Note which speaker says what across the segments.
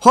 Speaker 1: ホ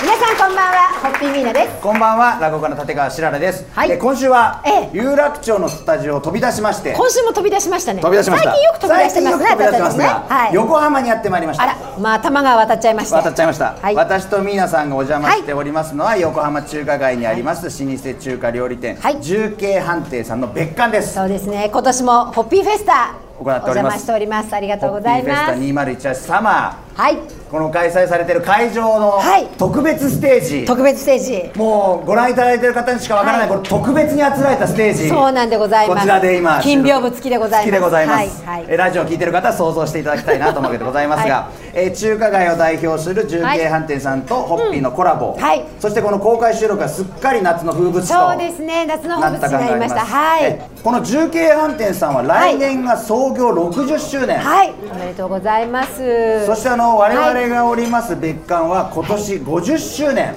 Speaker 2: 皆さんこんばんはホッピーミーナです
Speaker 1: こんばんは、落語家の立川しららです。
Speaker 2: はい
Speaker 1: え今週は
Speaker 2: ええ、
Speaker 1: 有楽町のスタジオを飛び出しまして、
Speaker 2: 今週も飛び出しましたね
Speaker 1: 飛び出しました。
Speaker 2: 最近よく飛び出してますね
Speaker 1: 最近よく飛び出してますが、
Speaker 2: 私たちねはい
Speaker 1: 横浜にやってまいりまし
Speaker 2: あ
Speaker 1: た。
Speaker 2: らまあ玉が渡っちゃいました
Speaker 1: 渡っちゃいました、
Speaker 2: はい
Speaker 1: 私とミーナさんがお邪魔しておりますのは、横浜中華街にあります老舗中華料理店、
Speaker 2: はい
Speaker 1: 重慶飯店さんの別館です
Speaker 2: そうですね今年もホッピーフェスタ
Speaker 1: 行っております
Speaker 2: お邪魔しておりますありがとうござ
Speaker 1: ホッ
Speaker 2: います
Speaker 1: ピーフェスタ2018サマ
Speaker 2: はい
Speaker 1: ーこの開催されてる会場の
Speaker 2: はい
Speaker 1: 特別ステージ、
Speaker 2: 特別ステージ
Speaker 1: もうご覧いただいてる方にしかわからない、
Speaker 2: はい
Speaker 1: これ特別にあつらえたステージ
Speaker 2: そうなんでございます
Speaker 1: こちらで今
Speaker 2: 金屏風付きでございます
Speaker 1: 付きでございます、
Speaker 2: はいはい
Speaker 1: えラジオを聞いてる方は想像していただきたいなと思うわけでございますが、
Speaker 2: は
Speaker 1: えー中華街を代表する重
Speaker 2: はい
Speaker 1: 慶飯店さんとホッピーのコラボ、
Speaker 2: んはい
Speaker 1: そしてこの公開収録はすっかり夏の風物詩と
Speaker 2: そうですね夏の
Speaker 1: な
Speaker 2: 風
Speaker 1: っ
Speaker 2: 物
Speaker 1: た
Speaker 2: 詩に
Speaker 1: 感があ
Speaker 2: なり
Speaker 1: り
Speaker 2: ま
Speaker 1: ま
Speaker 2: し
Speaker 1: す
Speaker 2: たはい
Speaker 1: えこの重慶飯店さんは来年が創業60周年、
Speaker 2: はいおめでとうございます
Speaker 1: そしてあの我
Speaker 2: は
Speaker 1: 々
Speaker 2: い
Speaker 1: がおります別館は今年50周年、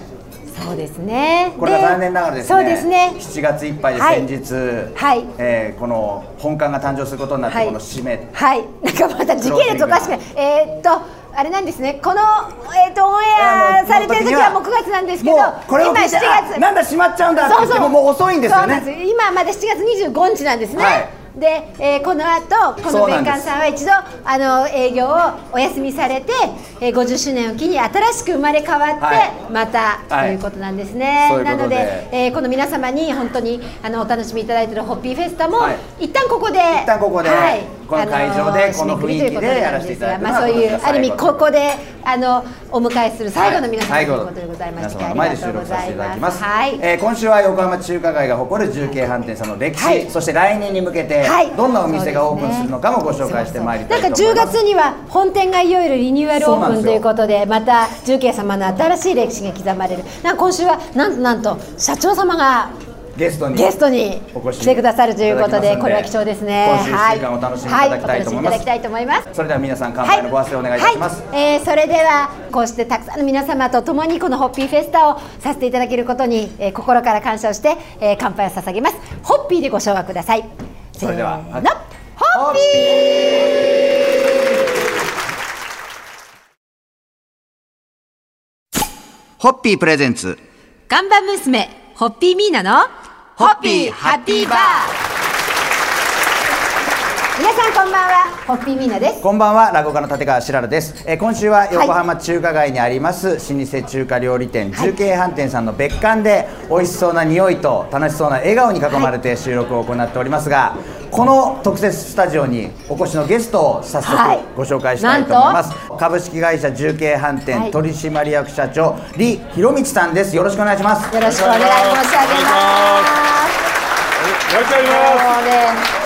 Speaker 2: そうですね
Speaker 1: これが残念ながらですね
Speaker 2: そうですね
Speaker 1: 7月いっぱいで
Speaker 2: はい
Speaker 1: 先日、
Speaker 2: はい
Speaker 1: えーこの本館が誕生することになって、
Speaker 2: はい
Speaker 1: この締め
Speaker 2: はい、なんかまた時系列おかしくないえーっと、あれなんですね、この、えーっと、オンエアされてる時はもう9月なんですけ
Speaker 1: も
Speaker 2: ど、今
Speaker 1: うこれを
Speaker 2: 7
Speaker 1: 聞いてあ
Speaker 2: 月。
Speaker 1: なんだ閉まっちゃうんだって言ってももう遅いんですよ
Speaker 2: そうなん
Speaker 1: ね
Speaker 2: です今まだ7月25日なんですね。
Speaker 1: はい
Speaker 2: で、えーこの後こ
Speaker 1: そ
Speaker 2: の
Speaker 1: うなん
Speaker 2: 弁
Speaker 1: です
Speaker 2: 館さんは一度あの営業をお休みされて、えー50周年を機に新しく生まれ変わって、
Speaker 1: はい
Speaker 2: また、
Speaker 1: はい
Speaker 2: ということなんですね
Speaker 1: そういうこ
Speaker 2: な
Speaker 1: と
Speaker 2: の
Speaker 1: で
Speaker 2: で、えーこの皆様に本当にあのお楽しみいただいているホッピーフェスタも、
Speaker 1: はい
Speaker 2: 一旦ここで
Speaker 1: 一旦ここで
Speaker 2: はい
Speaker 1: この会場で
Speaker 2: あのー
Speaker 1: この雰囲気でやらせていただくの
Speaker 2: ま
Speaker 1: は
Speaker 2: あそういうある意味ここであのお迎えする最後の皆
Speaker 1: は
Speaker 2: 様
Speaker 1: い最
Speaker 2: という
Speaker 1: 後
Speaker 2: ことでございま
Speaker 1: 皆
Speaker 2: して、
Speaker 1: 様の
Speaker 2: あ
Speaker 1: 前
Speaker 2: り
Speaker 1: で
Speaker 2: がと
Speaker 1: 収
Speaker 2: うご
Speaker 1: 録さ
Speaker 2: ざ
Speaker 1: せていただき
Speaker 2: ま
Speaker 1: ますす、
Speaker 2: はい、
Speaker 1: えー今週は横浜中華街が誇る重慶飯店さんの歴史、
Speaker 2: はい
Speaker 1: そして来年に向けて
Speaker 2: はい
Speaker 1: どんなお店がオープンするのかもご紹介してまいりたいと思います
Speaker 2: なんか10月には本店がいよいよリニューアル
Speaker 1: そう
Speaker 2: オ
Speaker 1: な
Speaker 2: ー
Speaker 1: んで
Speaker 2: プ
Speaker 1: すよ
Speaker 2: ンということでまた重慶様の新しい歴史が刻まれるなんか今週はなんとなんと社長様が
Speaker 1: ゲストに
Speaker 2: ゲストに
Speaker 1: お越し
Speaker 2: 来てくださるということ
Speaker 1: いただ
Speaker 2: で
Speaker 1: きますんで
Speaker 2: これは貴重ですね
Speaker 1: 今週一週間お楽しみいただきたいと思います
Speaker 2: はお楽しみいただきたいと思います
Speaker 1: それでは皆さん乾杯のご発声お願いいたします、
Speaker 2: はいえーそれではこうしてたくさんの皆様と共にこのホッピーフェスタをさせていただけることに、えー心から感謝をして、えー乾杯を捧げますホッピーでご唱和ください
Speaker 1: それでは
Speaker 2: せーのホッピー
Speaker 1: ホッピープレゼンツ
Speaker 3: ガンバ娘、ホッピーミーナの、
Speaker 1: ホッピーハッピーバー
Speaker 2: 皆さんこんばんはホッピーミーナです
Speaker 1: こんばんは、落語家の立川しららです。えー今週は横浜中華街にあります老舗中華料理店、重慶飯店さんの別館で美味しそうな匂いと楽しそうな笑顔に囲まれて収録を行っておりますが、この特設スタジオにお越しのゲストを早
Speaker 2: はい
Speaker 1: 速ご紹介したいと思います。株式会社重慶飯
Speaker 2: は
Speaker 1: 店
Speaker 2: い
Speaker 1: 取締役社長李博道さんです。よろしくお願いします。
Speaker 2: よろしくお願い申し上げます
Speaker 4: よろしくお願いしま
Speaker 2: もうね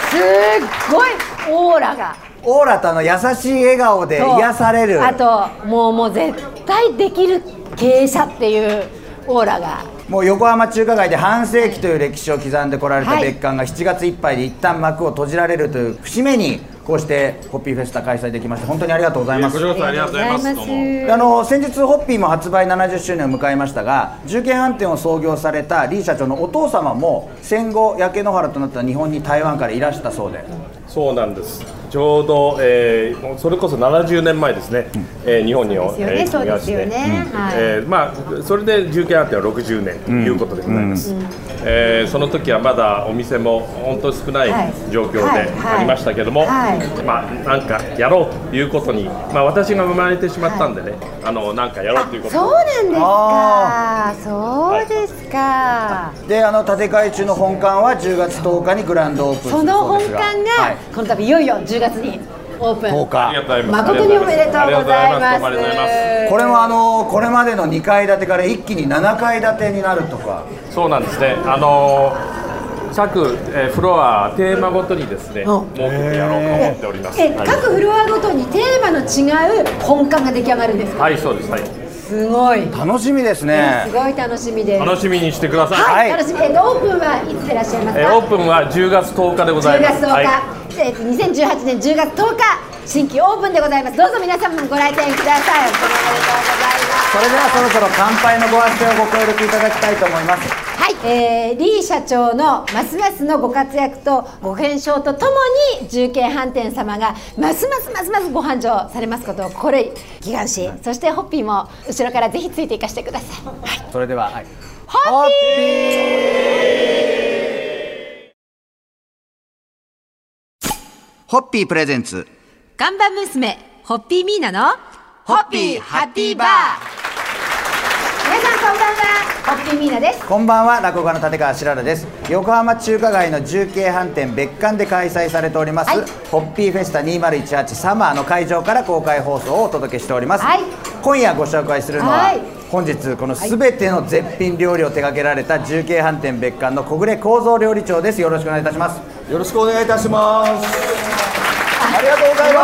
Speaker 2: すっごいオーラが
Speaker 1: オーラとあの優しい笑顔で
Speaker 2: と
Speaker 1: 癒される。
Speaker 2: あともうもう絶対できる経営者っていうオーラが
Speaker 1: もう横浜中華街で半世紀という歴史を刻んでこられた
Speaker 2: はい
Speaker 1: 別館が7月いっぱいで一旦幕を閉じられるという節目にこうしてホッピーフェスタ開催できまして本当にありがとうござい
Speaker 4: すい
Speaker 1: ま
Speaker 4: や。
Speaker 1: す
Speaker 4: こちらこそありがとうございます。どうも。
Speaker 1: あの先日ホッピーも発売70周年を迎えましたが重慶飯店を創業された李社長のお父様も戦後焼け野原となった日本に台湾からいらしたそうで
Speaker 4: そうなんです。ちょうど、えーもうそれこそ70年前ですね。えー日本にを、
Speaker 2: そうですよねそう
Speaker 4: えー来まして
Speaker 2: ですよね
Speaker 4: うん
Speaker 2: はい
Speaker 4: えーまあそれで重慶あっては60年ということでございます。えーその時はまだお店も本当に少な
Speaker 2: はい
Speaker 4: い状況で
Speaker 2: はいはい
Speaker 4: ありましたけども、
Speaker 2: はい
Speaker 4: まあなんかやろうということに、まあ私が生まれてしまったんでね、あのなんかやろうということで
Speaker 2: そうなんです
Speaker 1: あ
Speaker 2: かそうですか、
Speaker 1: であの建て替え中の本館は10月10日にグランドオープンする
Speaker 2: その
Speaker 1: そう
Speaker 2: 本
Speaker 1: です
Speaker 2: 館が、
Speaker 1: はい
Speaker 2: この度いよいよ10月にオープン
Speaker 1: 10
Speaker 4: ありがとうございます。
Speaker 2: 誠におめでとうございます
Speaker 4: ありがとうございます。
Speaker 1: これもあのこれまでの2階建てから一気に7階建てになるとか
Speaker 4: そうなんですね。あのー各、えーフロアテーマごとにですね、
Speaker 2: うん
Speaker 4: 設けてやろうと思っております。
Speaker 2: え
Speaker 4: はい
Speaker 2: 各フロアごとにテーマの違う本館が出来上がるんですか
Speaker 4: はい、そうです。はい。
Speaker 2: すごい
Speaker 1: 楽しみですね
Speaker 2: すごい楽しみです
Speaker 4: 楽しみにしてください。
Speaker 2: はい、
Speaker 1: はい
Speaker 2: 楽しみえっとオープンはいつでいらっしゃいますか、
Speaker 4: えーオープンは10月10日でございます。
Speaker 2: 10月10日
Speaker 4: はい
Speaker 2: えー2018年10月10日新規オープンでございますどうぞ皆様もご来店くださいおめでとうございます
Speaker 1: それではそろそろ乾杯のご発声をご協力いただきたいと思います
Speaker 2: はい、えー、リー社長のますますのご活躍とご返賞とともに重慶飯店様がますますますますご繁盛されますことを心に祈願しそしてホッピーも後ろからぜひついていかしてください、はい、
Speaker 1: それでは、はい、
Speaker 2: ホッピー
Speaker 1: ホッピープレゼンツ
Speaker 3: ガンバ娘、ホッピーミーナの、
Speaker 1: ホッピーハッピーバー
Speaker 2: 皆さんこんばんはホッピーミーナです
Speaker 1: こんばんは落語家の立川しららです横浜中華街の重慶飯店別館で開催されております、
Speaker 2: はい
Speaker 1: ホッピーフェスタ2018サマーの会場から公開放送をお届けしております、
Speaker 2: はい
Speaker 1: 今夜ご紹介するのは、
Speaker 2: はい
Speaker 1: 本日このすべての絶品料理を手掛けられた重慶飯店別館の小暮構造料理長ですよろしくお願いいたします
Speaker 5: よろしくお願いいたします。ありがとうございま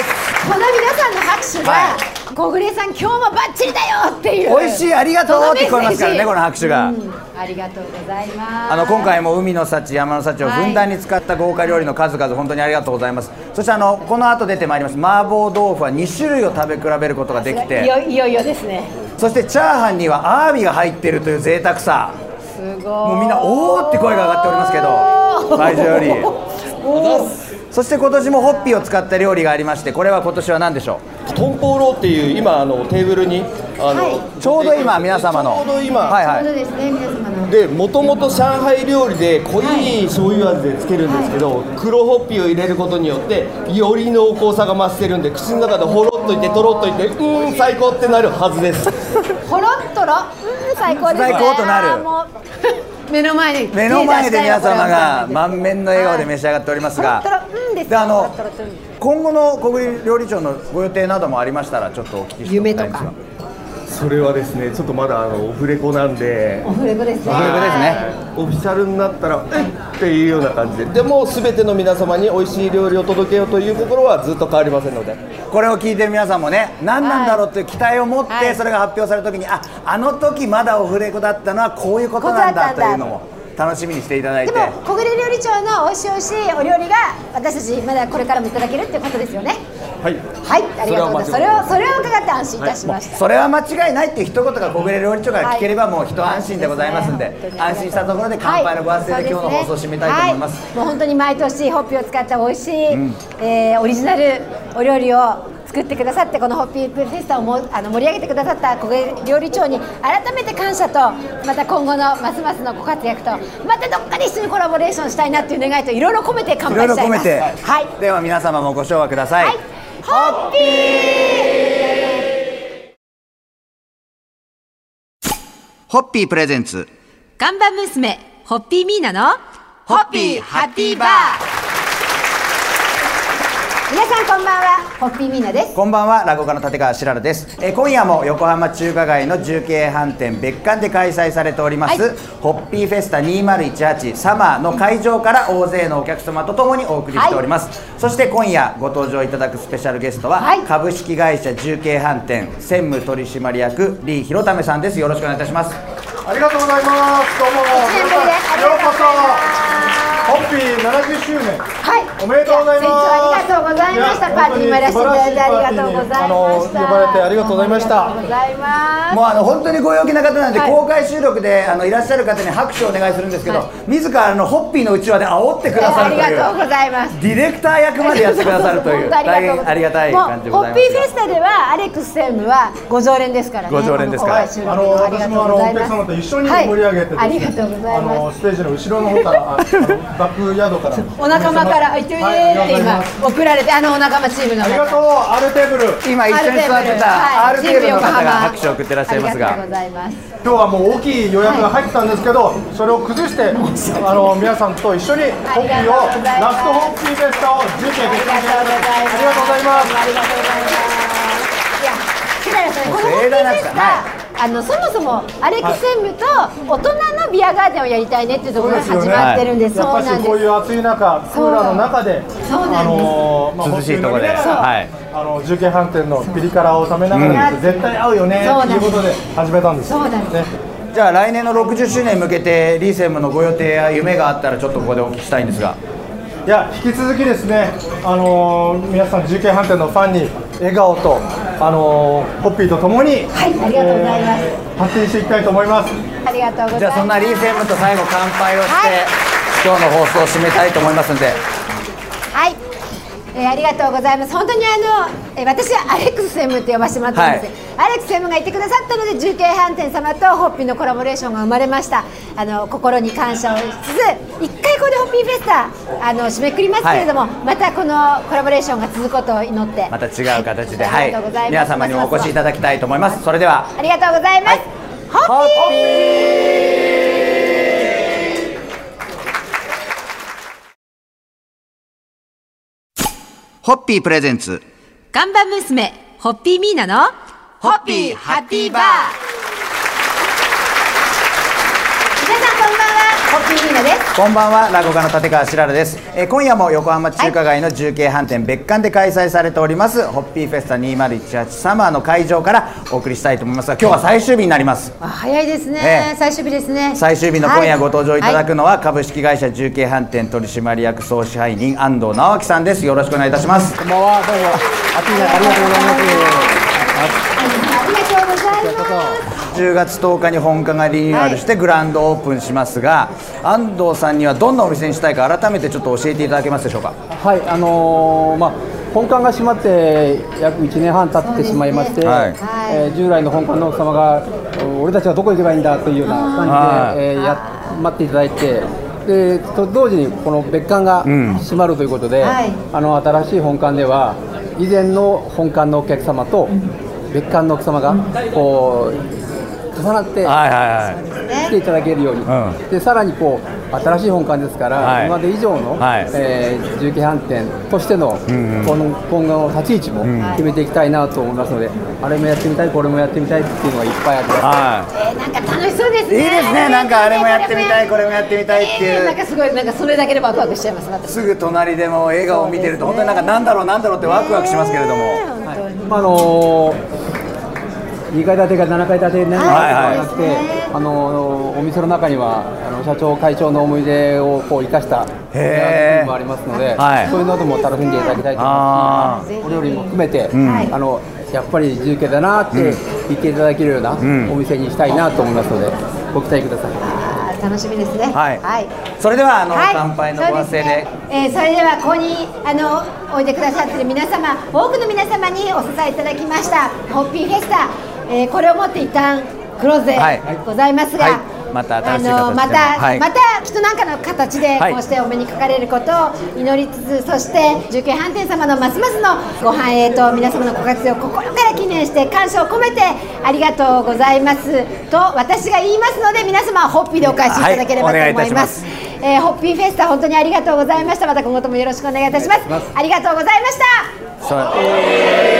Speaker 5: す。
Speaker 2: この皆さんの拍手が、
Speaker 1: は
Speaker 2: 小暮さん今日もバッチリだよっていう
Speaker 1: 美味しいありがとう
Speaker 2: その
Speaker 1: って聞こえますからね
Speaker 2: メッセージ
Speaker 1: この拍手が
Speaker 2: うんありがとうございます
Speaker 1: あの今回も海の幸、山の幸をふんだんに使った豪華料理の数々、本当にありがとうございます。そしてあのこの後出てまいります麻婆豆腐は2種類を食べ比べることができ
Speaker 2: い
Speaker 1: て、
Speaker 2: よいよいよですね
Speaker 1: そしてチャーハンにはアワビが入っているという贅沢さ、
Speaker 2: すごい
Speaker 1: もうみんなおーって声が上がっておりますけど、会場より。 そして今年もホッピーを使った料理がありまして、これは今年は何でしょ
Speaker 5: トンポーローっていう今あのテーブルにあの、
Speaker 2: は
Speaker 1: う。ちょうど今皆様の、
Speaker 5: ちょうど今、
Speaker 1: はいは
Speaker 2: そう
Speaker 1: い。
Speaker 2: ですね皆様の
Speaker 5: でもともと上海料理で濃い醤油味でつけるんですけど、黒ホッピーを入れることによってより濃厚さが増してるんで口の中でほろっといてとろっといてうーん最高ってなるはずです。
Speaker 2: ほろっとろうん最高ですね
Speaker 1: 最高となる
Speaker 2: あーもう目の前に
Speaker 1: 目の前で皆様が満面の笑顔で召し
Speaker 2: 上
Speaker 1: 上がっておりますが
Speaker 2: ほろっとろうんですよ
Speaker 1: であ
Speaker 2: ほ
Speaker 1: の
Speaker 2: ろっとろってうん
Speaker 1: 今後の国料理長のご予定などもありましたらちょっとお聞きしておきたいんですが
Speaker 2: 夢
Speaker 5: それはですねちょっとまだあのオフレコなんで
Speaker 2: オフレコですね
Speaker 1: オフレコですね
Speaker 2: はい
Speaker 5: オフィシャルになったらえっっていうような感じででも全ての皆様に美味しい料理を届けようという心はずっと変わりませんので
Speaker 1: これを聞いてる皆さんもね何なんだろうという期待を持っ
Speaker 2: は
Speaker 1: て
Speaker 2: い
Speaker 1: それが発表された時にああの時まだオフレコだったのはこういうことなんだ
Speaker 2: こと
Speaker 1: と
Speaker 2: だ
Speaker 1: いう
Speaker 2: った
Speaker 1: ん
Speaker 2: だ
Speaker 1: のも楽しみにしていただい
Speaker 2: で
Speaker 1: て
Speaker 2: も小暮料理長の美味しい美味しいお料理が私たちまだこれからもいただけるってことですよね
Speaker 5: はい
Speaker 2: はいありがとうございますそ
Speaker 5: そ
Speaker 2: れ
Speaker 5: れ
Speaker 2: を
Speaker 5: は
Speaker 2: それを伺って安心いたしました、
Speaker 1: それは間違いないっていう一言が小暮料理長から聞ければもう一安心でございますんで
Speaker 2: そうですね
Speaker 1: 安心したところで乾杯のご発声で今日の放送を締めたいと思います
Speaker 2: はそうでねはいもう本当に毎年ホッピーを使った美味しい、えーオリジナルお料理を作ってくださってこのホッピープフェスタをもあの盛り上げてくださった小暮料理長に改めて感謝とまた今後のますますのご活躍とまたどっかで一緒にコラボレーションしたいなっていう願いといろいろ込めて乾
Speaker 1: いろ
Speaker 2: 杯
Speaker 1: いろ
Speaker 2: しちゃい
Speaker 1: 込
Speaker 2: ま
Speaker 1: め
Speaker 2: す
Speaker 1: て、
Speaker 2: はい
Speaker 1: では皆様もご唱和ください、
Speaker 2: はいホッピ
Speaker 1: ホッピープレゼンツ
Speaker 3: ガンバ娘、ホッピーミーナの、
Speaker 1: ホッピーハッピーバー
Speaker 2: ー皆さんこんばんはホッピーミーナです
Speaker 1: こんばんは落語家の立川しららです、えー今夜も横浜中華街の重慶飯店別館で開催されております、
Speaker 2: はい
Speaker 1: ホッピーフェスタ2018サマーの会場から大勢のお客様とともにお送りしております、そして今夜ご登場いただくスペシャルゲストは、
Speaker 2: はい
Speaker 1: 株式会社重慶飯店専務取締役李広為さんですよろしくお願いいたします
Speaker 6: ありがとうございます。どうも。
Speaker 2: 一年ぶりですありが
Speaker 6: よう
Speaker 2: とう
Speaker 6: こ
Speaker 2: ご
Speaker 6: そ
Speaker 2: ざいます。
Speaker 6: ホッピー70周年。
Speaker 2: はい、
Speaker 6: おめでとうございま
Speaker 2: や成長あり
Speaker 6: す
Speaker 2: がとうございました。
Speaker 6: いや
Speaker 2: パーティーにもいらしていただいてありがとうございました。
Speaker 6: あの呼ばれてありがとうございまし
Speaker 2: あ
Speaker 6: た
Speaker 2: りがとうございます
Speaker 1: もうあの本当にご陽気な方なんで、
Speaker 2: はい
Speaker 1: 公開収録であのいらっしゃる方に拍手をお願いするんですけど、
Speaker 2: はい
Speaker 1: 自らのホッピーのうちわで煽ってくださ
Speaker 2: あ
Speaker 1: る
Speaker 2: り
Speaker 1: という
Speaker 2: がとうございます。
Speaker 1: ディレクター役までやってくださるという
Speaker 2: 本当に
Speaker 1: 大
Speaker 2: あり
Speaker 1: 変
Speaker 2: がとうござ
Speaker 1: ありがたい感じでございます
Speaker 2: もうホッピー
Speaker 1: が
Speaker 2: フェスタではアレックス専務はご常連ですからね。
Speaker 1: ご常連ですから
Speaker 2: この公開収録
Speaker 6: あの
Speaker 2: ありがとうございま
Speaker 6: 私もあのお客
Speaker 2: す。
Speaker 6: 様と一緒に盛り上げてですね、
Speaker 2: はいありがとうございます
Speaker 6: あのステージの後ろの方からあのバックヤードから
Speaker 2: お仲間から行っておいでーって
Speaker 6: はいありがとうござい
Speaker 2: 今
Speaker 6: ます
Speaker 2: 送られてあのお仲間チームの
Speaker 6: あり
Speaker 2: 中
Speaker 6: がとうアルテーブル
Speaker 1: 今一緒に座ってた R テーブルの方が拍手を送ってらっしゃいます
Speaker 2: ありがと
Speaker 1: が
Speaker 2: うございます。
Speaker 6: 今日はもう大きい予約が入ってたんですけど、それを崩してあの皆さんと一緒にホッピーを
Speaker 2: ありがとうございま
Speaker 6: ラ
Speaker 2: す
Speaker 6: ストホッピーフェスタを重慶
Speaker 2: ありがとうございます。ありがとうございます。いや、白らさん、このホッピーフェスタ、
Speaker 6: 別館でやらせてありがとうございます
Speaker 2: あのそもそもアレックス専務と大人のビアガーデンをやりたいねっていうところが始まってるんです。
Speaker 6: やっ
Speaker 2: そう
Speaker 6: ぱ
Speaker 2: なん
Speaker 6: し
Speaker 2: で
Speaker 6: こうい
Speaker 2: す。
Speaker 6: う暑い中、クーラーの中で、
Speaker 2: そうなんです
Speaker 6: のー
Speaker 1: 涼しいとこで
Speaker 6: ホッピーを飲みながら
Speaker 1: はい
Speaker 6: あの重慶飯店のピリ辛を食べながら、
Speaker 2: うん
Speaker 6: 絶対合うよね
Speaker 2: そうな
Speaker 6: と
Speaker 2: んで
Speaker 6: い
Speaker 2: す
Speaker 6: うことで始めたんです。
Speaker 2: そうなんです
Speaker 6: ね
Speaker 1: じゃあ来年の60周年に向けてリーセムのご予定や夢があったらちょっとここでお聞きしたいんですが
Speaker 6: いや引き続きですね、あのー皆さん、重慶飯店のファンに笑顔と、あのーホッピーとともに、
Speaker 2: はいありがとうございます
Speaker 6: えー発展していきたいと思います。
Speaker 2: ありがとうございます
Speaker 1: じゃあそんなリーセムと最後乾杯をして、
Speaker 2: はい
Speaker 1: 今日の放送を締めたいと思いますんで
Speaker 2: はい、えーありがとうございます。本当にあの、えー私はアレックス専務って呼ばせてもらってるんです、アレックス専務がいてくださったので重慶飯店様とホッピーのコラボレーションが生まれました。あの心に感謝をしつつ、一回ここでホッピーフェスタあの締めくりますけれども、またこのコラボレーションが続くことを祈って、
Speaker 1: また違う形で、
Speaker 2: は
Speaker 1: はいい
Speaker 2: ありがとうございます
Speaker 1: 皆様にもお越しいただきたいと思いますそれでは
Speaker 2: ありがとうございます。ホッピー
Speaker 1: ホッピーホッピープレゼンツ
Speaker 3: ガンバ娘、ホッピーミーナの
Speaker 1: ホッピーハッピーバー
Speaker 2: 皆さんこんばんは、ホッピーミーナです。
Speaker 1: こんばんは、落語家の立川しららです。えー今夜も横浜中華街の重慶飯店別館で開催されております、ホッピーフェスタ2018サマーの会場からお送りしたいと思いますが、今日は最終日になります。
Speaker 2: あ早いですね、
Speaker 1: ええ
Speaker 2: 最終日ですね
Speaker 1: 最終日の今夜ご登場いただく
Speaker 2: の、
Speaker 1: のは、株式会社重慶飯店取締役総支配人安藤直樹さんです。よろしくお願いいたします。
Speaker 7: こんばんは、どうも、暑い中ありがとうございます。
Speaker 2: はいありがとうございます
Speaker 1: 10月10日に本館がリニューアルしてグランドオープンしますが、安藤さんにはどんなお店にしたいか改めてちょっと教えていただけますでしょうか。
Speaker 7: はい、あのーまあ、本館が閉まって約1年半経ってしまいまして、
Speaker 1: ねはい
Speaker 7: えー従来の本館の奥様が、お俺たちはどこ行けばいいんだというような感じで、えーや待っていただいて。でと同時にこの別館が閉まるということで、
Speaker 2: はい
Speaker 7: あの新しい本館では以前の本館のお客様と別館の奥様がこう重なって
Speaker 1: いはいはい。
Speaker 7: 来ていただけるように、
Speaker 1: ん
Speaker 7: でさらにこう新しい本館ですから、
Speaker 1: はい
Speaker 7: 今まで以上の、
Speaker 1: はい
Speaker 7: えー重機飯店としての、この今後の立ち位置も決めていきたいなと思いますので、あれもやってみたい、これもやってみたいっていうのがいっぱいあります。
Speaker 1: はい。
Speaker 2: えー、なんか楽しそうです
Speaker 1: いい
Speaker 2: ね
Speaker 1: ですね、なんかあれもやってみたい、これもやってみたいって
Speaker 2: えー
Speaker 1: い
Speaker 2: なん
Speaker 1: う
Speaker 2: か。すごいなんかそれだけでワクワクしちゃいます私
Speaker 1: すぐ隣でも笑顔を見てると、本当になんか、なんだろう、なんだろうってワクワクしますけれども。
Speaker 2: ね本当に、
Speaker 7: まああのー2階建てが7階建てになる
Speaker 1: はい
Speaker 7: なくて、あのーお店の中にはあの社長、会長の思い出をこう生かした
Speaker 1: へー
Speaker 7: もありますので、
Speaker 1: はい
Speaker 7: そういうのも楽しんでいただきたいと思い
Speaker 1: あ
Speaker 7: ますし、お料理も含めて、
Speaker 2: はい
Speaker 7: あのやっぱり重慶だなって言っていただけるような
Speaker 1: うん
Speaker 7: お店にしたいなと思いますので、ご期待ください。
Speaker 2: あー楽しみですね
Speaker 1: はい
Speaker 2: はい
Speaker 1: それでは、あの、
Speaker 2: はい
Speaker 1: 乾杯のご発声
Speaker 2: そう
Speaker 1: で。
Speaker 2: すねえーそれではここにあのおいでくださってる皆様多くの皆様にお支えいただきましたホッピーフェスタ、えーこれをもって一旦クローズで
Speaker 1: はい
Speaker 2: ございますが、
Speaker 1: はいまた新しい形で
Speaker 2: あのまた、
Speaker 1: はい
Speaker 2: またきっと何かの形で
Speaker 1: はい
Speaker 2: こうしてお目にかかれることを祈りつつそして重慶飯店様のますますのご繁栄と皆様のご活用を心から記念して感謝を込めてありがとうございますと私が言いますので皆様はホッピーでお返しいただければと思い
Speaker 1: はいお願いいたし
Speaker 2: ま
Speaker 1: ますす。
Speaker 2: えー、ホッピーフェスタ本当にありがとうございましたまた今後ともよろしくお願いいたしますありがとうございました
Speaker 1: そう